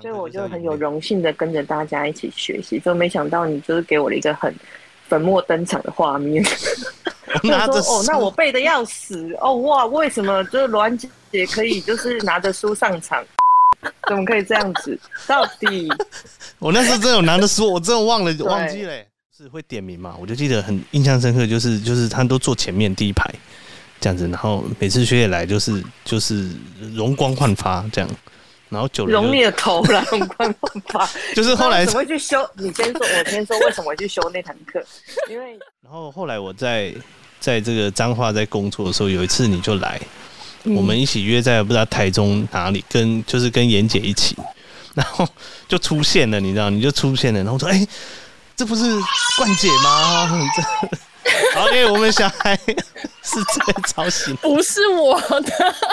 所以我就很有荣幸的跟着大家一起学习，就没想到你就是给我了一个很粉墨登场的 画面。我拿着 说哦，书那我背的要死哦哇，为什么就是罗安姐可以就是拿着书上场？怎么可以这样子？到底 我那时候真的有男的说，我真的忘了对忘记了、是会点名嘛？我就记得很印象深刻，就是就是他都坐前面第一排这样子，然后每次学姐来就是就是容光焕发这样，然后久了容你就的头啦， 很官方吧？ 就是后来怎么会去修？你先说，我先说为什么会去修那堂课？因为然后后来我在在这个彰化在工作的时候，有一次你就来，嗯我们一起约在不知道台中哪里，跟就是跟妍姐一起，然后就出现了，你知道，你就出现了，然后我说，哎、这不是冠姐吗？这 OK，我们小孩是这个造型，不是我的，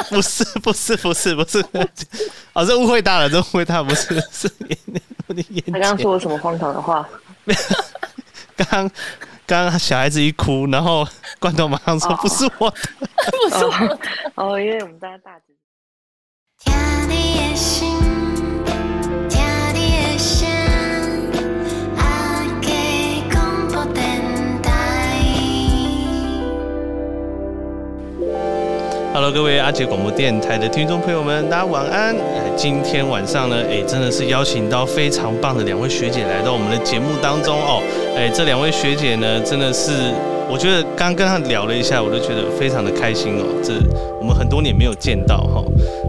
不是，不是，不是，不是， 哦，这误会大了，这误会大了，不是，是妍，我的妍姐。他刚刚说我什么荒唐的话？刚刚刚小孩子一哭，然后罐头马上说、哦不是 我的。哦，哦，因为我们大家大姐。听你的心，听你的声，阿啊给广播电台。 Hello，各位阿杰广播电台的听众朋友们，大家晚安。哎今天晚上呢，哎，真的是邀请到非常棒的两位学姐来到我们的节目当中哦。哎，这两位学姐呢，真的是，我觉得刚跟她聊了一下，我都觉得非常的开心哦。这我们很多年没有见到哈、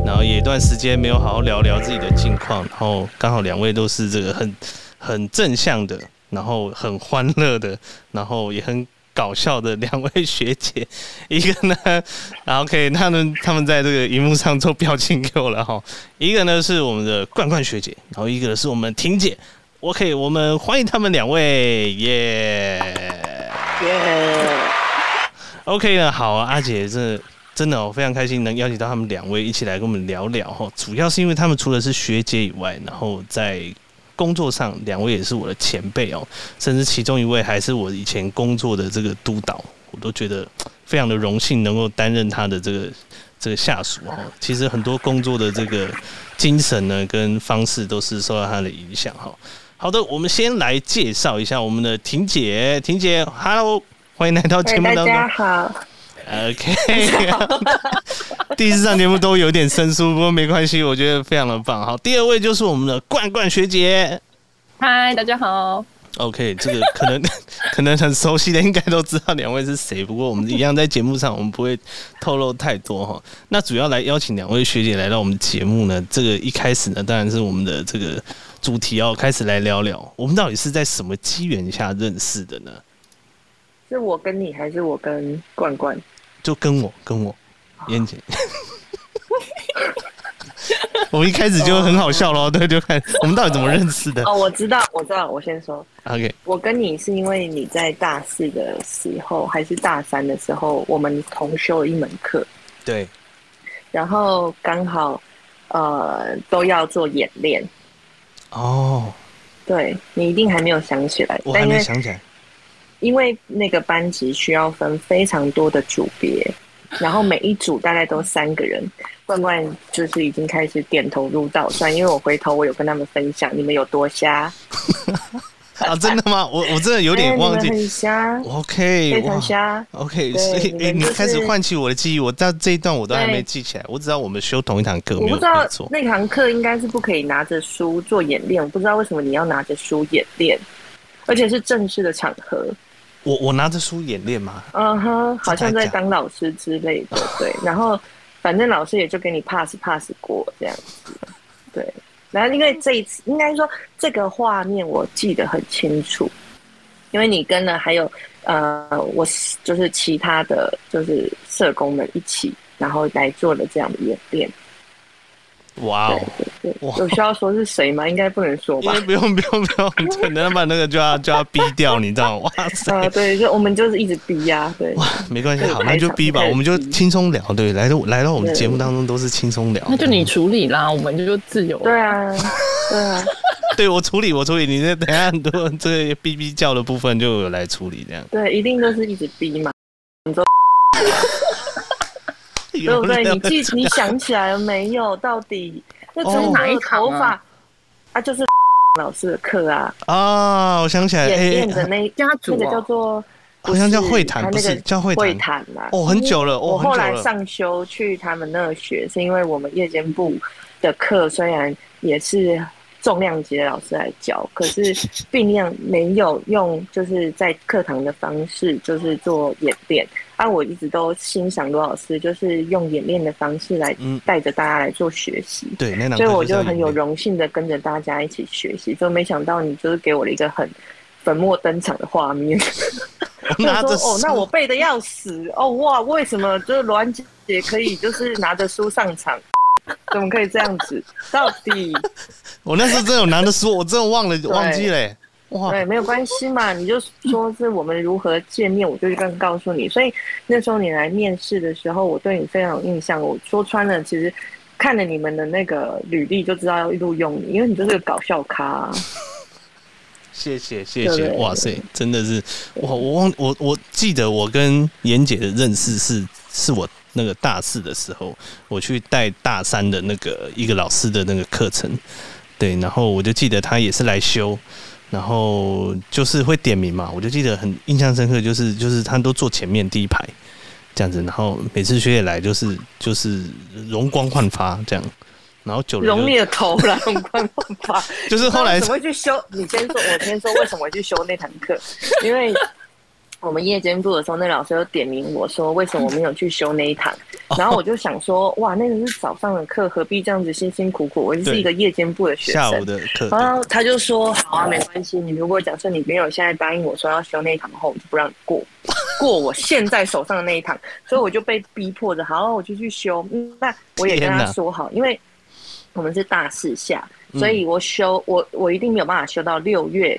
然后也一段时间没有好好聊聊自己的近况，然后刚好两位都是这个很很正向的，然后很欢乐的，然后也很搞笑的两位学姐， 一个呢。然后可以，他们他们在这个荧幕上做表情给我了哈。一个呢是我们的冠冠学姐，然后一个是我们婷姐。OK，我们欢迎他们两位，耶、耶 OK 呢，好啊，阿姐这。真的哦，非常开心能邀请到他们两位一起来跟我们聊聊哈。主要是因为他们除了是学姐以外，然后在工作上两位也是我的前辈哦，甚至其中一位还是我以前工作的这个督导，我都觉得非常的荣幸能够担任他的这个这个下属哈。其实很多工作的这个精神呢跟方式都是受到他的影响哈。好的，我们先来介绍一下我们的婷姐，婷姐，Hello，欢迎来到节嗨，目哎大当中。家好。 OK，第一次上节目都有点生疏，不过没关系，我觉得非常的棒。好，第二位就是我们的冠冠学姐。嗨，大家好， OK，这个可能 可能很熟悉的应该都知道两位是谁，不过我们一样在节目上我们不会透露太多哈。那主要来邀请两位学姐来到我们节目呢，这个一开始呢，当然是我们的这个主题要开始来聊聊，我们到底是在什么机缘下认识的呢？是我跟你，还是我跟冠冠？就跟我跟我燕姐，我一开始就很好笑咯，对，就看我们到底怎么认识的。哦，我知道，我知道，我先说， OK，我跟你是因为你在大四的时候，还是大三的时候，我们同修一门课，对，然后刚好呃都要做演练，哦，对你一定还没有想起来，我但还因没为想起来，因为那个班级需要分非常多的组别，然后每一组大概都三个人。罐罐就是已经开始点头入道算，因为我回头我有跟他们分享你们有多瞎，啊，真的吗？我我真的有哎点你忘们记。很瞎， OK，非常哇瞎。 ，OK，对所以你诶，们你就是开始唤起我的记忆，我到这一段我都还没对记起来，我只知道我们修同一堂课，我没不有知道没错。那堂课应该是不可以拿着书做演练，我不知道为什么你要拿着书演练，而且是正式的场合。我我拿着书演练嘛，嗯哼，好像真的在假的当老师之类 的，对。然后反正老师也就给你 pass pass 过这样子，对。然后因为这一次，应该说这个画面我记得很清楚，因为你跟了还有呃，我是就是其他的就是社工们一起，然后来做了这样的演练。哇哦！对对哇，有需要说是谁吗？应该不能说因吧为。不用不用不用，可能把那个就要就要逼掉，你知道吗？哇塞！啊，对，就我们就是一直逼呀、对， 没关系，对好，开那就场逼吧，开始我们就逼轻松聊。对，来到来到我们嗯对节目当中都是轻松聊。那就你处理啦，我们就自由。对啊，对啊。 对我处理，我处理。你这等一下很多这个哔哔叫的部分就有来处理，这样对，一定都是一直逼嘛，对有不对？没有 你记，你想起来了没有？到底那哦真的头哪一堂发啊，啊，就是 老师的课啊，啊，我想起来，演哎练，的哎那家族那哦个叫做，好像叫会他谈，不那个是叫会会谈。谈嘛。嗯哦，很久了，哦，我很后久来了。上修去他们那学，是因为我们夜间部的课虽然也是重量级的老师来教，可是并量没有用，就是在课堂的方式就是做演练。啊，我一直都欣赏罗老师，就是用演练的方式来嗯带着大家来做学习。 对，那两所以我就就很有荣幸的跟着大家一起学习，就没想到你就是给我了一个很粉墨登场的画 面。我 拿着我说哦，那书我背的要死哦哇，为什么就是罗安姐可以就是拿着书上场？ 怎么可以这样子？到底我那时候真的有拿着书，我真的忘了忘记嘞、哇，对，没有关系嘛，你就说是我们如何见面，我就刚告诉你。所以那时候你来面试的时候，我对你非常有印象。我说穿了，其实看了你们的那个履历就知道要录用你，因为你就是个搞笑咖啊、谢谢谢谢对，哇塞，真的是哇，我忘我我记得我跟妍姐的认识是是我那个大四的时候，我去带大三的那个一个老师的那个课程，对，然后我就记得她也是来修。然后就是会点名嘛，我就记得很印象深刻，就是就是她都坐前面第一排这样子，然后每次学姐来就是就是容光焕发这样，然后久了就容你的头 啦，很官方法。就是后来怎么会去修？你先说，我先说为什么会去修那堂课，因为。我们夜间部的时候，那老师就点名我说，为什么我没有去修那一堂？哦然后我就想说，哇，那个是早上的课，何必这样子辛辛苦苦？我就是一个夜间部的学下午生。的课然后他就说，好啊，没关系，你如果假设你没有现在答应我说要修那一堂的话，我就不让你过过我现在手上的那一堂，所以我就被逼迫着，好，我就去修。嗯那我也跟天他哪说好，因为我们是大四下，所嗯以我修我我一定没有办法修到六月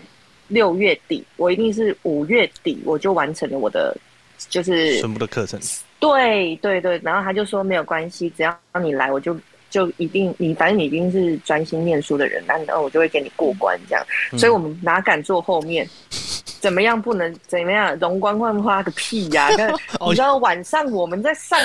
六月底，我一定是五月底我就完成了我的就是全部的课程，对对对，然后他就说没有关系，只要你来，我就就一定你反正你一定是专心念书的人，那然后我就会给你过关这样。嗯所以我们哪敢坐后面？怎么样不能怎么样容光焕发个屁呀、那 哦你知道晚上我们在上，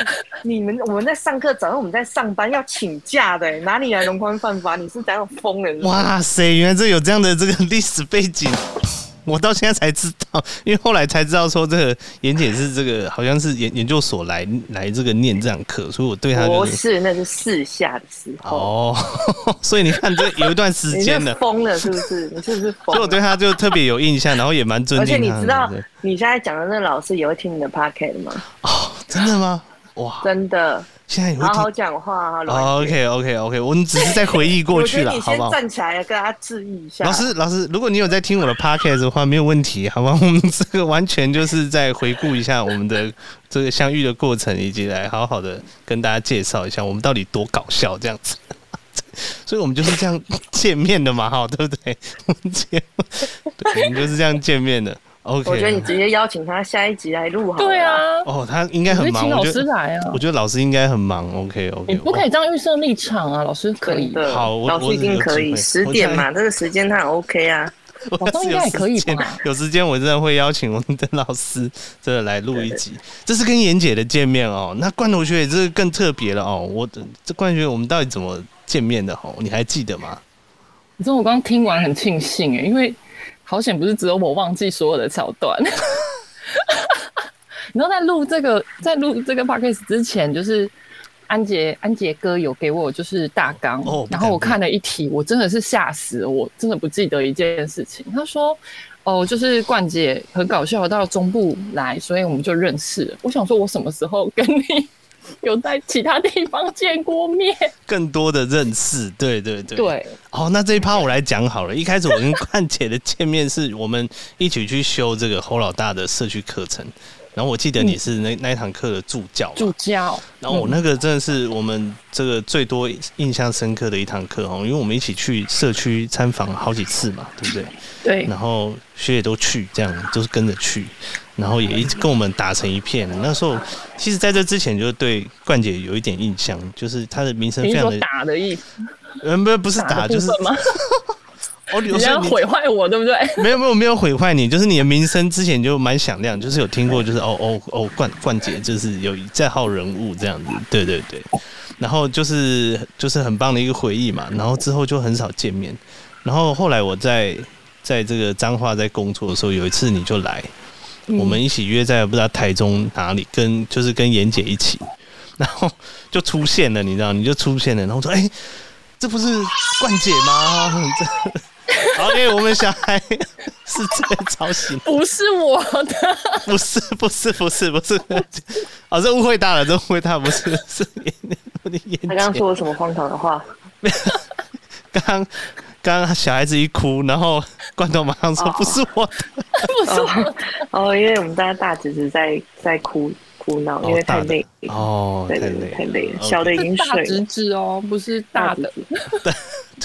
你们我们在上课，早上我们在上班要请假的、欸哪里来容光焕发？你是怎样疯了是不是？哇塞，原来这有这样的这个历史背景， 我到现在才知道，因为后来才知道说这个妍姐是这个好像是研研究所来来这个念这堂课，所以我对她不就是是，那是四下的时候。哦， 所以你看这有一段时你间是了，疯了是不是？你是不是疯所以我了？对她就特别有印象，然后也蛮尊而且敬你她的。知道对你现在讲的那老师也会听你的 podcast 吗？哦，真的吗？哇，真的，现在也会好听好。讲话啊，哦罗 OK 姐。OK OK，我们只是在回忆过 我去觉得了你，好先不好？站起来跟他致意一下。老师，老师，如果你有在听我的 podcast 的话，没有问题，好吧？我们这个完全就是在回顾一下我们的 这个相遇的过程，以及来好好的跟大家介绍一下我们到底多搞笑这样子。 所以我们就是这样见面的嘛，哈，对不对？我们见，对我们就是这样见面的。OK，我觉得你直接邀请他下一集来录好了。对，啊，哦，他应该你很是忙，请我老觉师得，来啊我，觉得老师应该很忙。OK，OK，、你不可以这样预设立场啊，老师可以真，的。好我老师一定可我有机以，会十点嘛，这个时间他很 OK 啊。我好像是应有该也可以时间吧有时间我真的会邀请我们的老师真的来录一集。这是跟妍姐的见面哦，那罐头学也是更特别了哦。我这罐头学我们到底怎么见面的哦？你还记得吗？你知道我刚刚听完很庆幸哎，因为好险不是只有我忘记所有的桥段。 你知道在录这个在录这个 podcast 之前，就是安杰安杰哥有给我就是大纲，哦不敢然后我看了一题，我真的是吓死，我真的不记得一件事情。他说。哦，就是冠姐很搞笑，到中部来，所以我们就认识了。我想说，我什么时候跟你 有在其他地方见过面？更多的认识，对对对。对，哦，那这一趴我来讲好了。一开始我跟冠姐的见面是我们一起去修这个侯老大的社区课程，然后我记得你是那、那一堂课的助教嘛，嗯助教，然后我那个真的是我们这个最多印象深刻的一堂课哦，因为我们一起去社区参访好几次嘛，对不对？对，然后学姐都去，这样就是跟着去，然后也一直跟我们打成一片。那时候其实在这之前就对冠姐有一点印象，就是她的名声你非是常说的，打的意思？嗯，不不是打打，的就部是分吗？哦，有你时要候你毁坏我，对不对？ 没有没有没有毁坏你，就是你的名声之前就蛮响亮，就是有听过，就是哦哦哦冠冠姐就是有这号人物这样子，对对对，然后就是就是很棒的一个回忆嘛，然后之后就很少见面，然后后来我在在这个彰化在工作的时候，有一次你就来，我们一起约在不知道台中哪里，跟就是跟妍姐一起，然后就出现了，你知道，你就出现了，然后我说，哎、这不是冠姐吗？这 OK，我们小孩 是这个吵醒，不是我的，不是不是不是不是，哦，这误会大了，这误会大了，不是 是妍，我的妍姐。他刚刚说我什么荒唐的话？刚刚刚小孩子一哭，然后罐头马上说哦不是我的，哦，因为我们大家大侄子在在哭哭闹，因为太累，哦，对太对累对，太累了， OK 小的已经是大睡侄了，子哦，不是大的。侄子，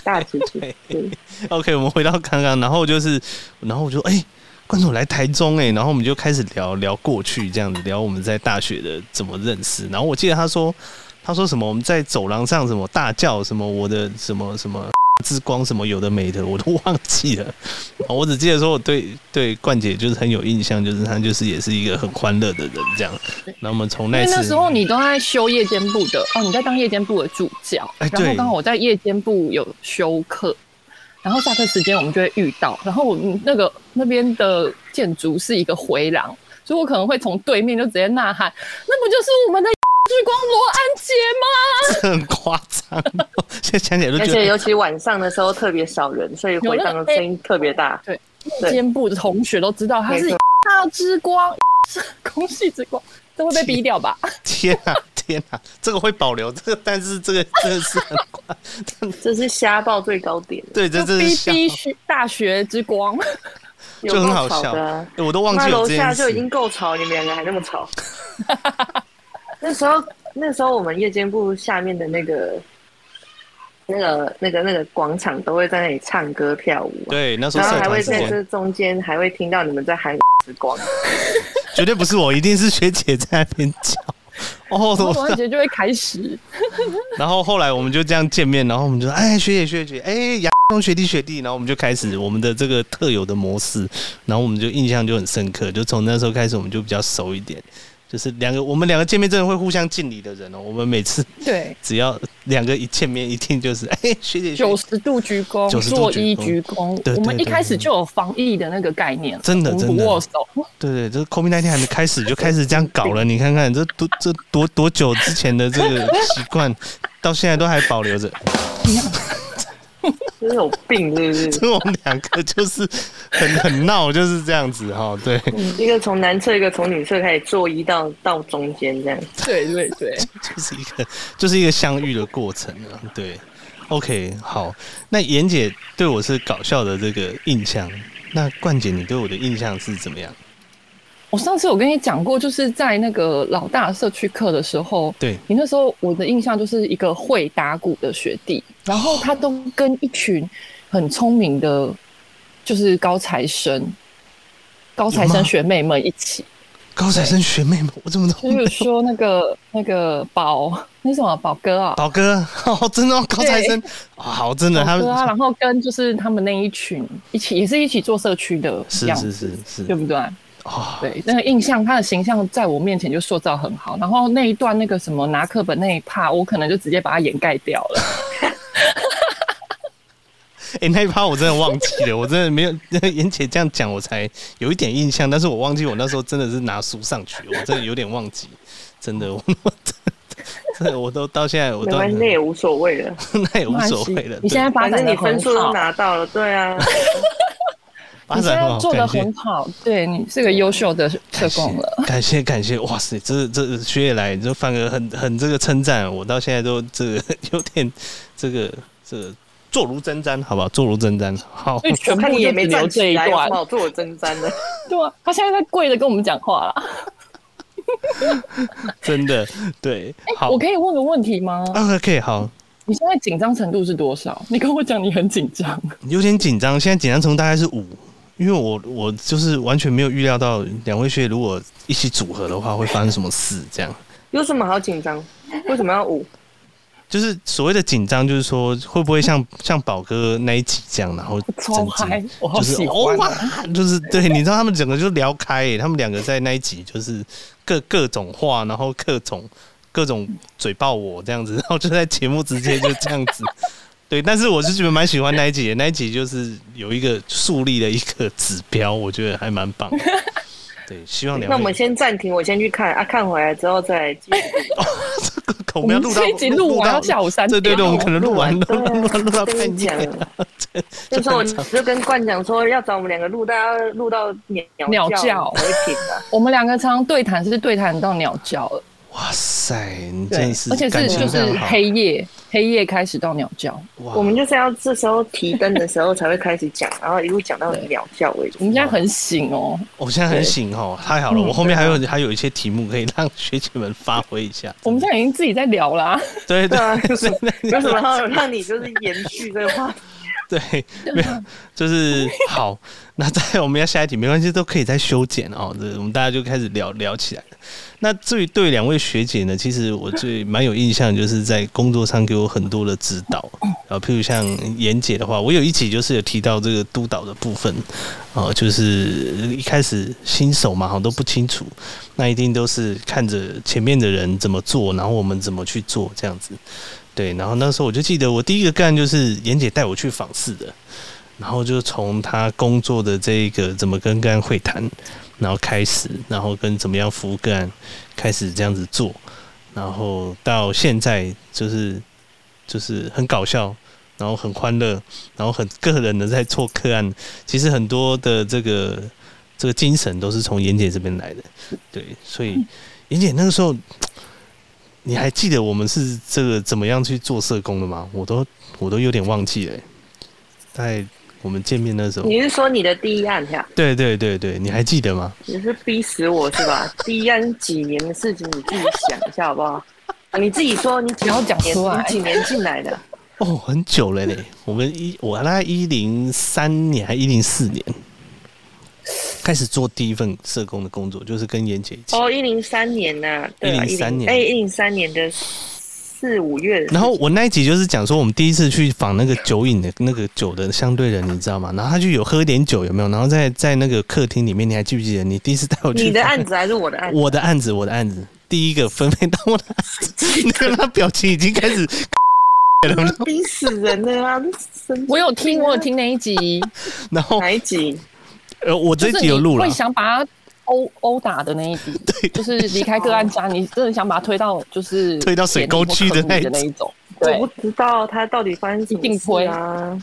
大侄子， 对对， OK，我们回到刚刚，然后就是，然后我就哎。罐头来台中哎、然后我们就开始聊聊过去，这样子聊我们在大学的怎么认识。然后我记得他说，他说什么我们在走廊上什么大叫什么我的什么什么 之光什么有的没的，我都忘记了。然后我只记得说我对对冠姐就是很有印象，就是她就是也是一个很欢乐的人这样。那我们从因那为次那时候你都在修夜间部的哦，你在当夜间部的助教，哎对然后刚好我在夜间部有修课，然后下课时间我们就会遇到，然后我们那个那边的建筑是一个回廊，所以我可能会从对面就直接呐喊，那不就是我们的 日光罗安姐 很吗？夸张，现在想起来都而觉且得尤其晚上的时候特别少人，所以回荡的声音特别大。对夜间部的同学都知道她是没错大之光， 是空气之光，这会被逼掉吧？天啊天啊，这个会保留这个，但是这个真的是很夸，这是瞎报最高点，对， 这真逼的是笑逼学大学 之光。有就很够好吵笑的啊。哎我都忘那记有楼这下件就事已。经够吵，你们两个还那么 吵。那时候，那时候我们夜间部下面的那个、那个、那个、那个广场都会在那里唱歌跳舞啊、对，那时候然后社还团会时在间这中间还会听到你们在喊时光，绝对不是我，一定是学姐在那边叫。 哦，然后我王杰就会开始，然后后来我们就这样见面，然后我们就说哎学姐学姐哎杨东学弟学弟，然后我们就开始我们的这个特有的模式，然后我们就印象就很深刻，就从那时候开始我们就比较熟一点，就是两个我们两个见面真的会互相敬礼的人哦，我们每次对，只要两个一见面，一定就是 哎、学姐学九姐，十度鞠躬， 90度作鞠揖鞠躬对对。我们一对开始对就有防疫的那个概念，真的我们真的不握手， 对对，这 COVID 那天还没开始就开始这样搞了，你看看这多这多多久之前的这个习惯，到现在都还保留着。 真是有病是不是？这我们两个就是很很闹，就是这样子哈。对， 一个从男侧，一个从女侧开始坐一到到中间这样。对对对， 就是一个就是一个相遇的过程啊。对，OK，好，那妍姐对我是搞笑的这个印象，那冠姐你对我的印象是怎么样？我上次有跟你讲过，就是在那个老大社区课的时候，对你那时候我的印象就是一个会打鼓的学弟，然后他都跟一群很聪明的，就是高材生、高材有吗生学妹们一起，高材生学妹们，我怎么都就比如说那个那个宝，那什么宝哥啊，宝哥，哦， 真的、哦、高材生，哦好，真的，他好们歌啊，然后跟就是他们那一群一起，也是一起做社区的是样是子，是对是，不对？哦，对，那个印象，他的形象在我面前就塑造很好。然后那一段那个什么拿课本那一趴，我可能就直接把它掩盖掉了。哎、那一趴我真的忘记 了，我真的没有， 妍姐这样讲我才有一点印象，但是我忘记我那时候真的是拿书上去，我真的有点忘记，真 的，我真的我都到现在我没都关系，那也无所谓了， 那也无所谓了，你现在发反展正的你分数都好，拿到了，对 啊，发你现展在好，做的感谢很好，对你是个优秀的社工 了。感谢感谢，哇塞，这这学姐来就反而很很这个称赞，我到现在都这个 有点这个这个坐如针毡，好不好？坐如针毡，好所以全我部看你也就没只留站这起一来，有什段么，好做我真簪的？对啊，他现在在跪着跟我们讲话啦。真的对，好我可以问个问题吗？啊，OK，好，你现在紧张程度是多少？你跟我讲你很紧张， 有点紧张，现在紧张程度大概是五，因为我我就是完全没有预料到两位学姐如果一起组合的话会发生什么事，这样有什么好紧张？为什么要舞？就是所谓的紧张，就是说会不会像像宝哥那一集这样，然后超震嗨惊，我好就是喜哦欢啊、哇，就是对，你知道他们整个就聊开耶，他们两个在那一集就是各各种话，然后各种各种嘴爆我这样子，然后就在节目直接就这样子， 对，但是我是觉得蛮喜欢那一集的，那一集就是有一个树立了一个指标，我觉得还蛮棒 的。对，希望两位那我 们先暂停，我先去看啊，看回来之后再继续。 哦，这个我们要录到这一集录完到要下午三对点，对对，我们可能录完录对啊录录到跟半你夜讲 啊，这那这时候我很长。就跟冠讲说，要找我们两个录，大家录到鸟鸟叫叫才会停 啊。我们两个常常对谈，是对谈到鸟叫了，哇塞，你真的是而且感是情就非常是好黑夜，黑夜开始到鸟叫。哇我们就是要这时候提灯的时候才会开始讲，然后一路讲到对鸟叫为止我。们现在很醒哦，我现在很醒哦，太好了，我后面还有还有一些题目可以让学姐们发挥一下。我们现在已经自己在聊啦、对对对啊，对对有什么好让你就是延续这个话 题？ 对，没有，就是好。那在我们要下一题，没关系，都可以再修剪哦。这我们大家就开始聊聊起来了。那至于对两位学姐呢，其实我最蛮有印象，就是在工作上给我很多的指导。啊，譬如像妍姐的话，我有一集就是有提到这个督导的部分，哦、就是一开始新手嘛，好都不清楚，那一定都是看着前面的人怎么做，然后我们怎么去做这样子。对，然后那时候我就记得我第一个干就是妍姐带我去访视的，然后就从她工作的这个怎么跟个案会谈，然后开始，然后跟怎么样服务个案开始这样子做，然后到现在就是就是很搞笑，然后很欢乐，然后很个人的在做个案，其实很多的这个这个精神都是从妍姐这边来的，对，所以妍姐那个时候。你还记得我们是这个怎么样去做社工的吗？我都我都有点忘记了、欸在我们见面那时候，你是说你的第一案呀？对对对对，你还记得吗？你是逼死我是 吧？第一案几年的事情你自己想一下好不好？啊你自己说，你几不要讲年出来你几年进来的？哦，很久了嘞，我们一我大概一零三年还一零四年开始做第一份社工的工作，就是跟妍姐一起。 哦，一零三年呐、对啊， 103年哎，一零三年的四五月的时候，然后我那一集就是讲说，我们第一次去访那个酒瘾的那个酒的相对人，你知道吗？然后他就有喝一点酒，有没有？然后在在那个客厅里面，你还记不记得你第一次带我去？你的案子还是我的案子？我的案子，我的案子，第一个分配到我的案子， 你看他表情已经开始 了，我逼死人了啊！神经我有听，我有听那一集，然后哪一集？呃，我这就一是集你有录了会，想把他殴殴打的那一 集，就是离开个案家，你真的想把他推到就是 推到水沟区的的那一种那一种，对我，不知道他到底发生什么一定事推啊！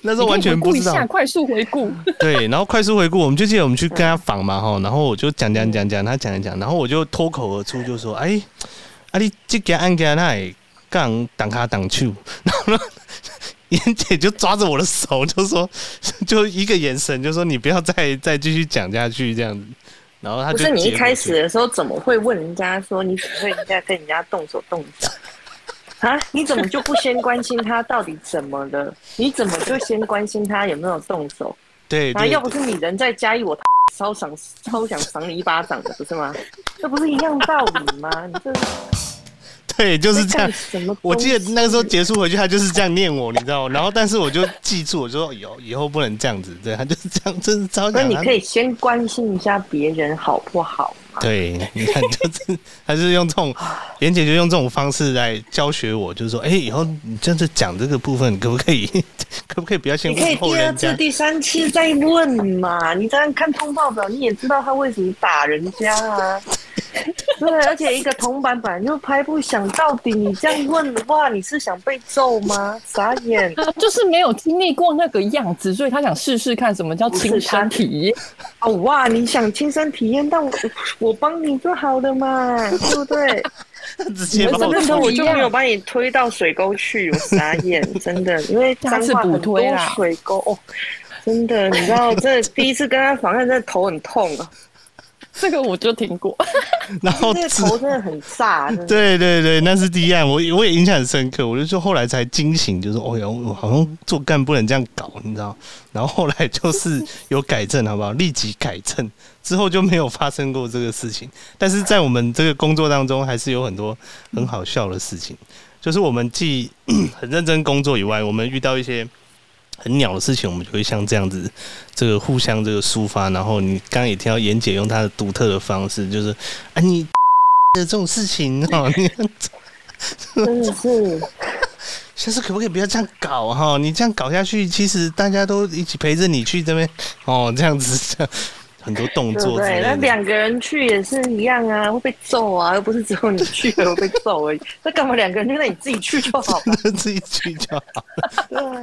那时候完全不顾一知道。下，快速回 顾，对，然后快速回顾，我们就记得我们去跟他访嘛哈，然后我就讲讲讲讲，他讲一讲，然后我就脱口而出就说：“哎，啊你这个案件那也杠挡卡挡去。” 然后呢，妍姐就抓着我的手就说， 就一个眼神就说：“你不要再 再继续讲下去这样子。”然后他不就是你一接开过去始的时候怎么会问人家说你怎么会人家跟人家动手动脚？啊！你怎么就不先关心他到底怎么了？你怎么就先关心他有没有动手？对，啊！对要不是你人在嘉义，我超想超想赏你一巴掌的，不是吗？这不是一样道理吗？你这对，就是这样在干什么。我记得啊东西那个时候结束回去，他就是这样念我，你知道吗？然后，但是我就记住，我说以后以后不能这样子，对，他就是这样，真是超那讲。你可以先关心一下别人好不好嘛？对，你看，就是他就是用这种，啊妍姐就用这种方式来教学我，就是说，哎、以后你就是讲这个部分，可不可以， 可不可以不要先你可以问候第二人次、家？第三次再问 嘛。你这样看通报表，你也知道他为什么打人家 啊。对，而且一个铜板本来就拍不响，到底你这样问的话，你是想被揍吗？傻眼！就是没有经历过那个样子，所以他想试试看什么叫不亲是他身体验。哦哇，你想亲身体验到我，我帮你就好了嘛，对不 对？直接把你我们那真时的候都我一就样没有把你推到水沟去，我傻 眼，真的，因为下脏次话补很多推啦水沟哦，真的，你知道，真的第一次跟他访谈，真的头很痛啊，这个我就听过， 然后这个直头真的很 炸，真的。对对对，那是第一案，我我也印象很深刻。我就说后来才惊醒，就是哦哟，我好像做干不能这样搞，你知道？然后后来就是有改正，好不好？立即改正之后就没有发生过这个事情。但是在我们这个工作当中，还是有很多很好笑的事情。就是我们既 很认真工作以外，我们遇到一些很鸟的事情，我们就会像这样子，这个互相这个抒发。然后你刚刚也听到妍姐用她的独特的方式，就是啊你的这种事情哦，你真的是下次可不可以不要这样搞哈、你这样搞下去，其实大家都一起陪着你去这边哦，这样子 这样很多动对不作之对？类那的。两个人去也是一样啊，会被揍啊，又不是只有你去会被揍而已。 那干嘛两个人去？那你自己去就好 了。自己去就好。对啊，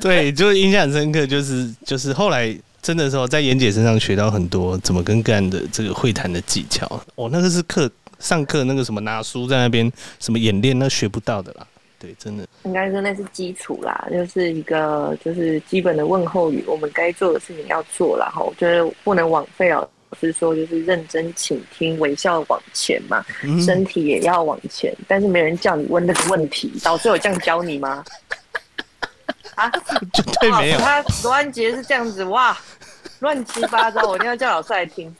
对，就印象很深刻，就是就是后来真的时候，在妍姐身上学到很多怎么跟个案的这个会谈的技巧。哦，那个是课上课那个什么拿书在那边什么演练，那学不到的啦。对，真的， 应该说那是基础啦，就是一个就是基本的问候语，我们该做的事情要做啦。哈。我觉得不能枉费老师说，就是认真倾听，微笑往前嘛，嗯，身体也要往前。但是没人叫你问那个问题，老师有这样教 你吗？啊，绝 对没有哇。他罗安杰是这样子哇， 乱七八糟，我一定要叫老师 来听。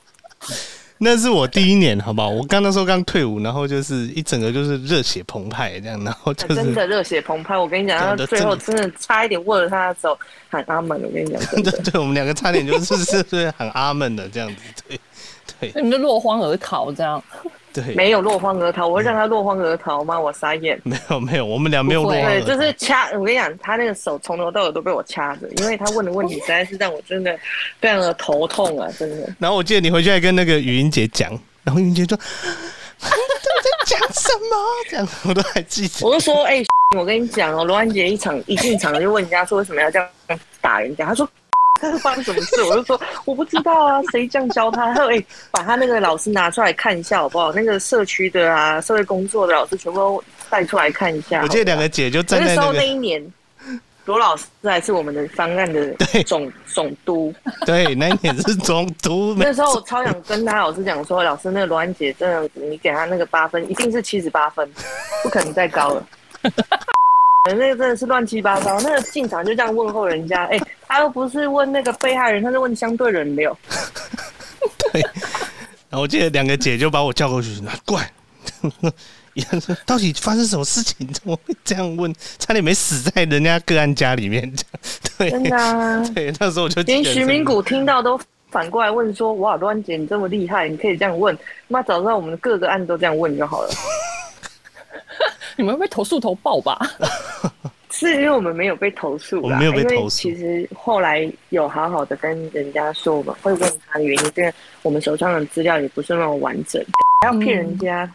那是我第一年，好不好？我刚那时候刚退伍，然后就是一整个就是热血澎湃这样，然后就哎啊真是。的热血澎湃，我跟你讲，真的他最后真真的差一点握着他的手喊阿门。我 跟你讲，真 对的，对，我们两个差点就是是是很阿闷的这样子，对你们就落荒而逃这样。对，没有落荒而逃，我会让他落荒而逃吗？我傻眼。没有没有，我们俩没有落不会荒而对，逃就是掐。我跟你讲，他那个手从头到尾都被我掐着，因为他问的问题实在是让我真的非常的头痛啊！真的，然后我记得你回去还跟那个语音姐讲，然后语音 姐说：“你在讲什么？”这样我都还记得。 我就说，哎、我跟你讲哦，罗安杰一场一进场就问人家说为什么要这样打人家，他说。 他是发生什么事？我就说我不知 道啊，谁这样教他？他说：“哎、把他那个老师拿出来看一下好不好？那个社区的啊，社会工作的老师全部都带出来看一下。”我记得两个姐就站那在时那候那个一年，罗老师还是我们的方案的对总总督。对，那一点是中途没那时候我超想跟他老师讲说，老师，那个罗安姐真的，你给他那个八分，一定是七十八分，不可能再高了。那个真的是乱七八糟，那个进场就这样问候人家，哎、他又不是问那个被害人，他是问相对人流。对。然后我记得两个姐就把我叫过去，啊过来。 到底发生什么事情？怎么会这样问？差点没死在人家个案家里面。对真的啊，对，那时候我就连记得徐明是谷听到都反过来问说，哇，罗安姐你这么厉害，你可以这样问，妈早知道我们各个案都这样问就好了。你们会被投诉投报吧？ 是因为我们没有被投诉啦，我们没有被投诉因为其实后来有好好的跟人家说，我们会问他的原因，是因为我们手上的资料也不是那么完整，还要骗人家、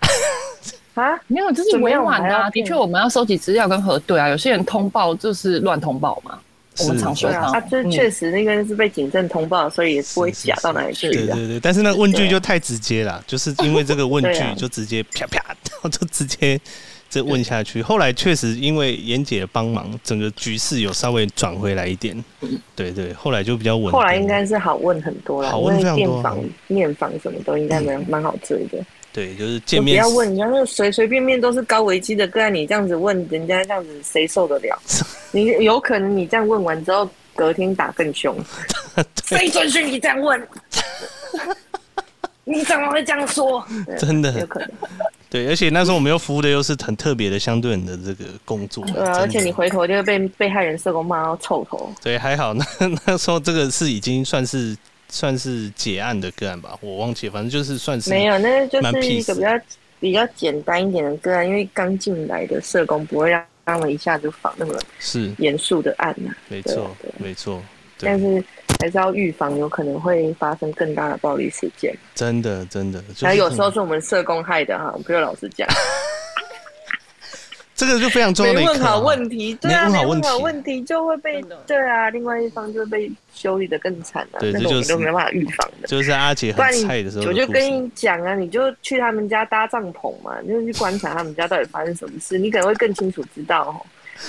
嗯 啊？没有，就是怎么委样婉我还啊。要的骗确，我们要收集资料跟核对啊。有些人通报就是乱通报嘛，我们常说嗯对啊，他他就是确实那个是被警政通报，所以也不会是是假到哪里去啊对的。对对，但是那个问句对啊就太直接了，就是因为这个问 对句啊就直接啪啪，然后就直接这问下去。后来确实因为妍姐的帮忙，整个局势有稍微转回来一点。对对，后来就比较稳定。嗯后来应该是好问很多了，好问因非常为多电访、面访什么都应该蛮蛮好追的。对，就是就见不面要问人家，那随随便便都是高危机的个案，你这样子问人家，这样子谁受 得了？你有可能你这样问完之后，隔天打更凶。谁准许你这样问？你怎么会这样说？对真的有可 能，对，而且那时候我们又服务的又是很特别的相对人的这个工作，对啊，而且真的你回头就会被被害人社工骂到臭头。对还好，那 那时候这个是已经算是算是结案的个案吧，我忘记了，反正就是算是没有，那就蛮是 peace 一个比较比较简单一点的个案，因为刚进来的社工不会让他们一下就访那么是严肃的案啊。没对啊错对啊没错，对。但是还是要预防有可能会发生更大的暴力事件。真的，真的，就然是后有时候是我们社工害的哈，不要老实讲，这个就非常重要的没一课问好啊问题，对啊，没没问问好好问问题就会被真的对啊，另外一方就会被修理的更惨啊，对那这个我就们是都没办法预防的。就是阿姐不很然菜的时候你，的我故事，就跟你讲啊，你就去他们家搭帐篷嘛，你就去观察他们家到底发生什么事，你可能会更清楚知道哦。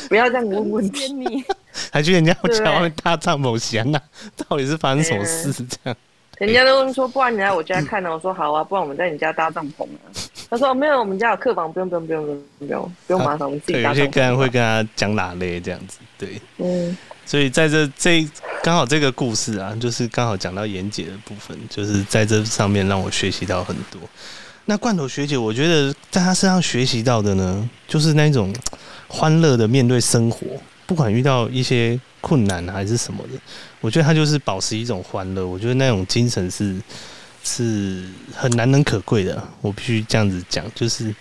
不要这样问问 题，你还去人家对家外面搭帐篷闲呐，啊 到底是发生什么事？这样人家都说，不然你来我家看呢、我说好啊，不然我们在你家搭帐篷 啊。他说、哦、没有，我们家有客房，不用不用不用不用不用不用麻烦，我们自对，己搭有帐些篷。个人会跟他讲哪类这样子，对，嗯。所以在这这刚好这个故事啊，就是刚好讲到妍姐的部分，就是在这上面让我学习到很多。那罐头学姐，我觉得在她身上学习到的呢，就是那种欢乐的面对生活，不管遇到一些困难啊还是什么的，我觉得她就是保持一种欢乐。我觉得那种精神是是很难能可贵的，我必须这样子讲，就是啊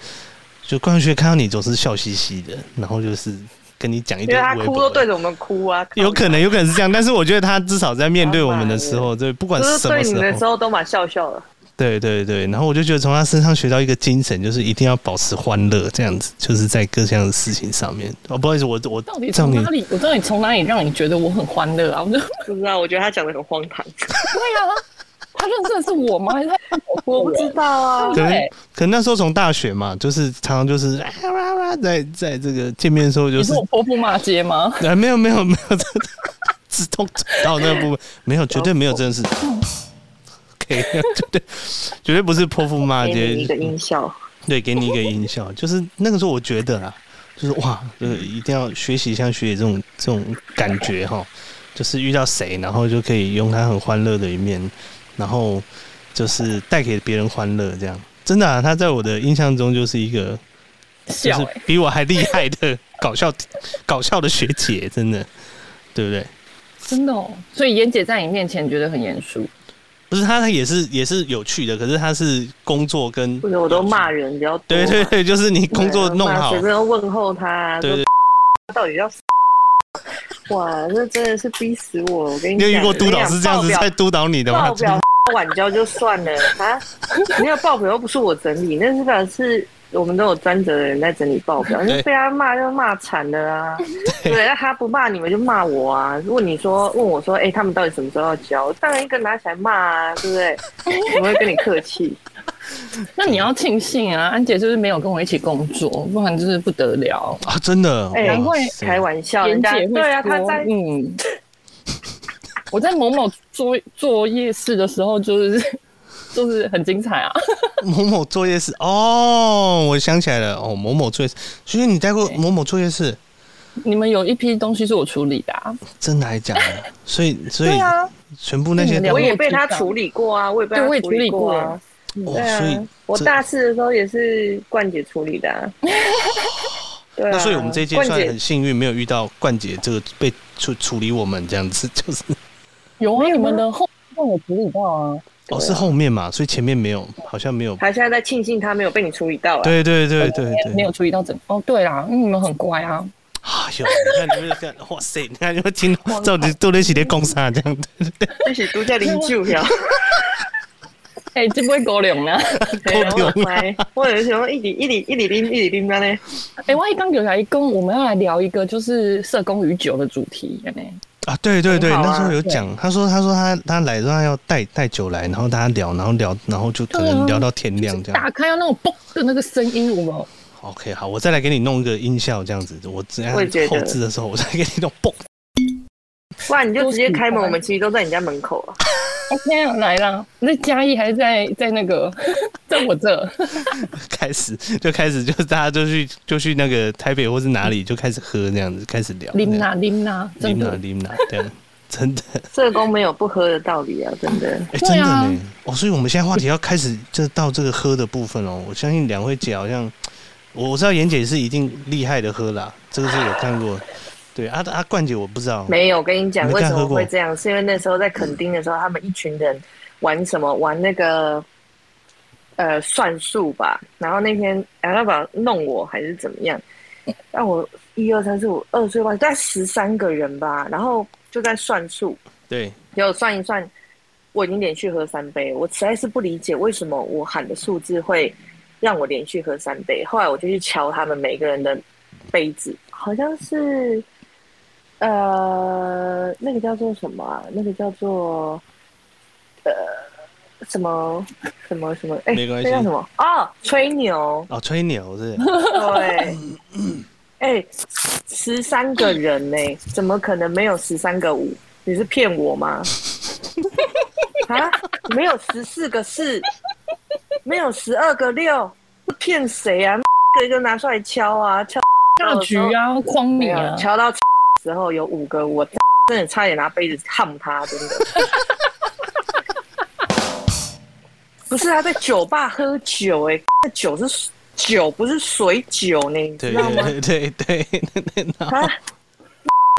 就冠学看到你总是笑嘻嘻的，然后就是跟你讲一因为堆微博他的，哭都对着我们哭啊， 有可能有可能是这样，但是我觉得他至少在面对我们的时候，对，不管就是什对么你时的时候，候都蛮笑笑的。对对对。然后我就觉得从他身上学到一个精神，就是一定要保持欢乐，这样子，就是在各项的事情上面。哦，不好意思，我我到底让从你哪里？我到底从哪里让你觉得我很欢乐啊？我 就不知道，我觉得他讲的很荒唐，对啊， 他认真的是 我吗？还是他我不知道啊。可能对可能那时候从大学嘛，就是常常就是啊哇哇，在在这个见面的时候就你是是我泼妇骂街吗？啊，没有没有没有，真的自动到那个部分没有，绝对没有，真的是。OK，绝对绝对不是泼妇骂 给街，你一个音效，对，给你一个音效，就是那个时候我觉得啦，就是哇，就是一定要学习像学姐这种这种感觉哈，就是遇到谁，然后就可以用他很欢乐的一面，然后就是带给别人欢乐，这样真的、啊，他在我的印象中就是一个就笑是欸比我还厉害的搞笑搞笑的学姐，真的，对不对？真的哦。所以妍姐在你面前觉得很严肃，不是，他也是也是有趣的，可是他是工作跟或者我都骂人比较多嘛。对对对，就是你工作弄骂好啊随，便都问候他，对说对他到底要死。 哇，这真的是逼死我！我跟你你讲，有遇过督导是这样子人家在督导你的吗报表？报表晚交就算了啊，没有报表又不是我整理，那是表示我们都有专责的人在整理报表，对那被他骂就骂惨了啊。对，那他不骂你们就骂我啊。问你说，问我说，哎、他们到底什么时候要交？当然一个拿起来骂啊，对不对？我不会跟你客气。那你要庆幸啊，安姐就是没有跟我一起工作，不然就是不得了。啊，真的，哎难怪哇塞开玩笑，妍人家姐会对啊，说他在嗯，我在某某作作业室的时候，就是就是很精彩啊。 某某作业室哦，我想起来了，哦，某某作业室，所以你待过某某作业室，你们有一批东西是我处理的、啊，真的还假的？所以，所以对啊，全部那些都嗯对我我也也被知他道处理过啊，我也被对他我也处处理过过啊。哇对，所啊以，我这大四的时候也是冠姐处理 的、啊。对啊，那所以我们这一届冠算姐很幸运，没有遇到冠姐这个被处处理我们这样子，就是 有没啊，有你吗们的后让我处理到啊。哦是后面嘛，所以前面没有，好像没有，她现在在庆幸她没有被你处理到啊。对对对对对，没有注意到整哦，对啦，因为你们很 乖啊，哎呦，你看你们这样，哇塞，你看你们听到到底都在一起在讲啥这样，对对这是独家零 九条，哎、这不会狗粮啊！嘿对，够我丢来，我有想一里一里一里拎一里拎的呢。哎、万一刚有来跟我们要来聊一个就是社工与酒的主题，哎、啊，对对对，很好啊那时候有讲，他说他说他他来的话要带带酒来，然后大家聊，然后聊，然后就可对能啊聊到天亮这样。打开啊那种嘣的那个声音，我们 OK，好，我再来给你弄一个音效这样子，我这样我也觉得后置的时候我再给你弄嘣。哇，你就直接开门，都是我们其实都在你家门口 啊。 OK 啊来啦，那嘉义还是在在 那个在我这，开始就开始就是大家就去就去那个台北或是哪里就开始喝这样子，开始聊。琳娜琳娜，真林娜的，林娜这样，啊真的社工没有不喝的道理啊，真的。 哎、对真的啊呢。哦，所以我们现在话题要开始就到这个喝的部分哦。我相信两位姐好像，我我知道妍姐是一定厉害的喝啦，这个是我看过。对，阿、啊、阿、冠姐我不知道。没有，我跟你讲，没为看什么喝过会这样？是因为那时候在垦丁的时候，他们一群人玩什么？玩那个呃算术吧。然后那天哎，他把弄我还是怎么样？让我一二三四五二岁吧，大概十三个人吧。然后就在算术，对，结果算一算，我已经连续喝三杯，我实在是不理解为什么我喊的数字会让我连续喝三杯。后来我就去瞧他们每个人的杯子，好像是呃，那个叫做什么啊？那个叫做呃什么什么什么？哎、没关系那叫什么？哦，吹牛，哦，吹牛 是对。哎，十三个人呢、怎么可能没有十三个五？你是骗我吗？啊，没有十四个四，没有十二个六，骗谁啊？ 一个一个拿出来敲啊，敲大局啊，框没你有啊，敲到 时候有五个，我 真的差点拿杯子烫他，真的。 不是他在酒吧喝酒、欸，哎， 那酒是酒，不是水酒呢，你对 知道吗？对对对对，啊，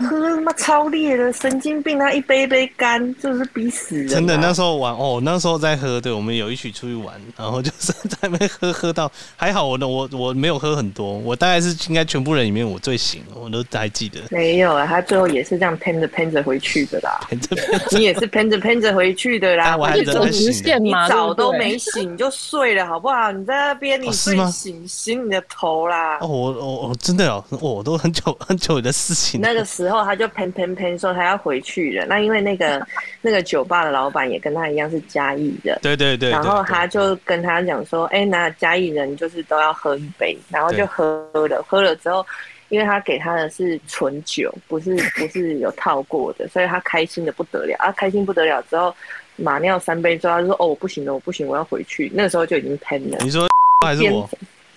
喝他妈超烈的，神经病！他一杯一杯干，就是逼死人啊、真的，那时候玩哦，那时候在喝，对，我们有一起出去玩，然后就是在那边喝喝到，还好我的我我没有喝很多，我大概是应该全部人里面我最醒，我都还记得。 没有啊，他最后也是这样喷着喷着回去的啦。这边你也是喷着喷着回去的啦， 啊我还你人走早在直线你嘛，早对不都对没醒你就睡了，好不好？你在那边你哦是睡吗醒醒你的头啦哦，。我我我真的哦，我都很久很久的事情了。那个时候他就喷喷喷说他要回去了，那因为那个那个酒吧的老板也跟他一样是嘉义的，对对对，然后对对他就跟他讲说，哎、那嘉义人就是都要喝一杯，然后就喝了，喝了之后，因为他给他的是纯酒，不是不是有套过的，所以他开心的不得了啊，开心不得了之后，马尿三杯之后，他就说，哦，我不行了，我不行，我要回去，那时候就已经喷了，你说还是我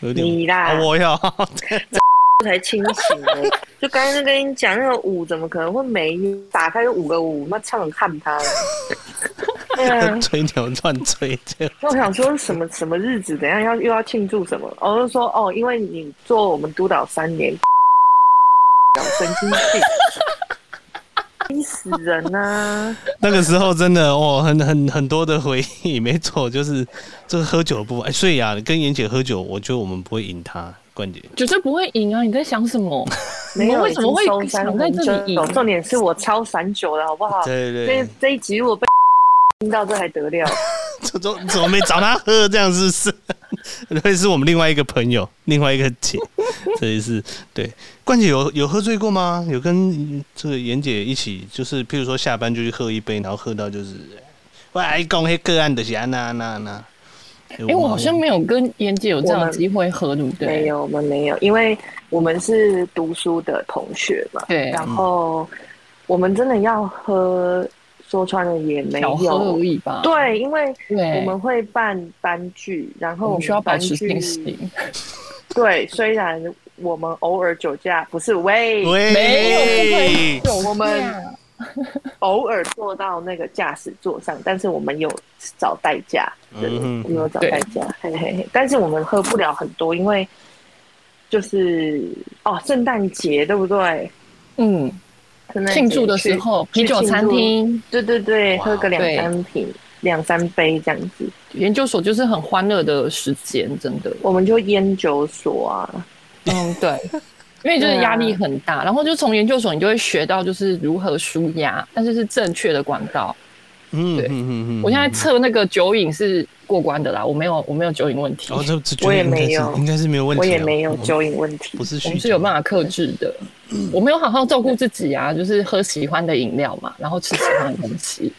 有点你啦啊我要才清醒 了，就刚才就跟你讲那个舞怎么可能会没打开就五个舞，那唱看 他了，对 啊。吹牛乱吹，这样我想说什么什么日子，等一下要又要庆祝什么？我、就说哦，因为你做我们督导三年， 搞神经 病，逼死人啊呐、那个时候真的哦，很很很多的回忆，没错，就是这个喝酒的部分。哎，所以啊，跟妍姐喝酒，我觉得我们不会赢她，冠姐。绝对不会赢啊！你在想什 么？没有，为什么会已经收山想在这里很久哦重点是我超闪酒的好不好？对对这对，这一集我被 听到这还得了？ 怎么怎么没找他喝？这样是 不是？会是我们另外一个朋友，另外一个姐，这也是对。冠姐有有喝醉过吗？有跟这个妍姐一起，就是譬如说下班就去喝一杯，然后喝到就是，我来讲那个案的是安那那那。哎哎、我好像没有跟妍姐有这样我的们机会喝，对不对？没有，我们没有，因为我们是读书的同学嘛。对然后我们真的要喝，说穿了也没巧合而有。已吧。对，因为对，我们会办班剧，然后我们需哦要保班持剧清醒。对，虽然我们偶尔酒驾，不是喂，喂，没有，我们偶尔坐到那个驾驶座上，但是我们有找代驾，对嗯哼我们有找代驾，嘿嘿嘿。但是我们喝不了很多，因为就是哦，圣诞节对不对？嗯，圣诞节庆祝的时候，啤酒餐，去去庆厅祝对对对，哇喝个两对三瓶。两三杯这样子，研究所就是很欢乐的时间，真的。我们就烟酒所啊，嗯，对， 啊因为就是压力很大，然后就从研究所你就会学到就是如何舒压，但是是正确的管道。嗯对嗯我现在测那个酒瘾是过关的啦，我没有我没有酒瘾问题，哦，这这我也应该是没有应该是没有问题我啊，也没有我酒瘾问题不，是我酗们酒，是有办法克制的。嗯我没有好好照顾自己啊，就是喝喜欢的饮料嘛，然后吃喜欢的东西。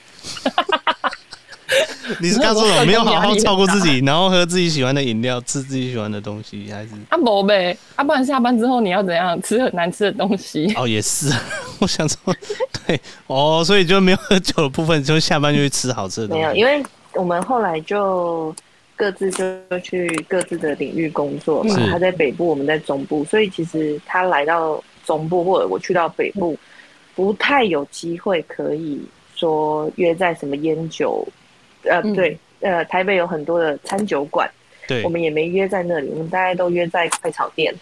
你是告诉我没有好好照顾自己，然后喝自己喜欢的饮料，吃自己喜欢的东西，还是啊不呗，啊不然下班之后你要怎样吃很难吃的东西？ 哦也是，我想说对哦，所以就没有喝酒的部分，就下班就去吃好吃的东没西。有，因为我们后来就各自就去各自的领域工作嘛是。他在北部，我们在中部，所以其实他来到中部，或者我去到北部，不太有机会可以说约在什么烟酒，呃，嗯对，呃，台北有很多的餐酒馆，对我，们也没约在那里，我们大概都约在快炒店。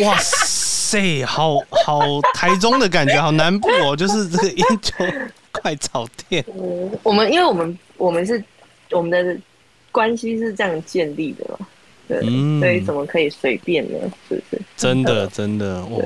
哇塞，好好台中的感觉，好南部哦，就是这个烟酒快炒店，嗯，我们因为我们我们是我们的关系是这样建立的嘛，对，嗯所以怎么可以随便呢？是不是？真的真的哇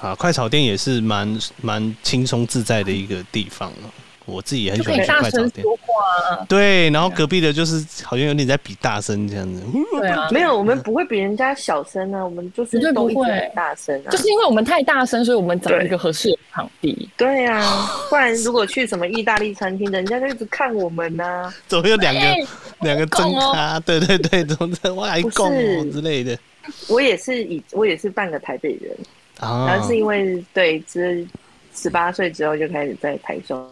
啊，快炒店也是蛮蛮轻松自在的一个地方哦。我自己也很就喜可欢以去大快炒声店，说话啊，对，然后隔壁的就是好像有点在比大声这样子，嗯对啊，没有，我们不会比人家小声啊，我们就是绝对都不一直会很大声啊就。是因为我们太大声，所以我们找一个合适的场地。对啊， 不然如果去什么意大利餐厅，人家就一直看我们啊呐、怎么有两个哎两个真咖？ 对对对，总之我来供哦不哦是之类的我也是以我也是半个台北人，然啊后是因为对，之十八岁之后就开始在台中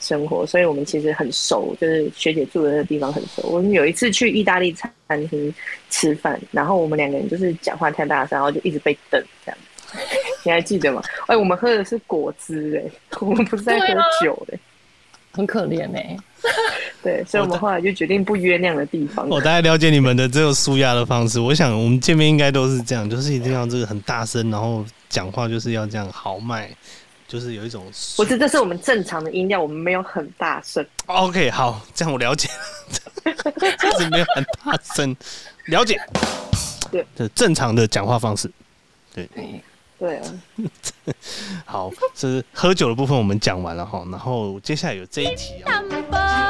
生活，所以我们其实很熟，就是学姐住的那个地方很熟。我们有一次去意大利餐厅吃饭，然后我们两个人就是讲话太大声，然后就一直被瞪这样。你还记得吗？哎、我们喝的是果汁哎、我们不是在喝对啊酒哎、很可怜哎、对，所以我们后来就决定不约那样的地方。我大概了解你们的这个舒压的方式。我想我们见面应该都是这样，就是一定要这个很大声，然后讲话就是要这样豪迈，就是有一种不是，这是我们正常的音量，我们没有很大声。 OK，好，这样我了解 了，这样子没有很大声，了解。对，这正常的讲话方式。对，对啊，好，这是喝酒的部分我们讲完了哈，然后接下来有这一题啊，淡薄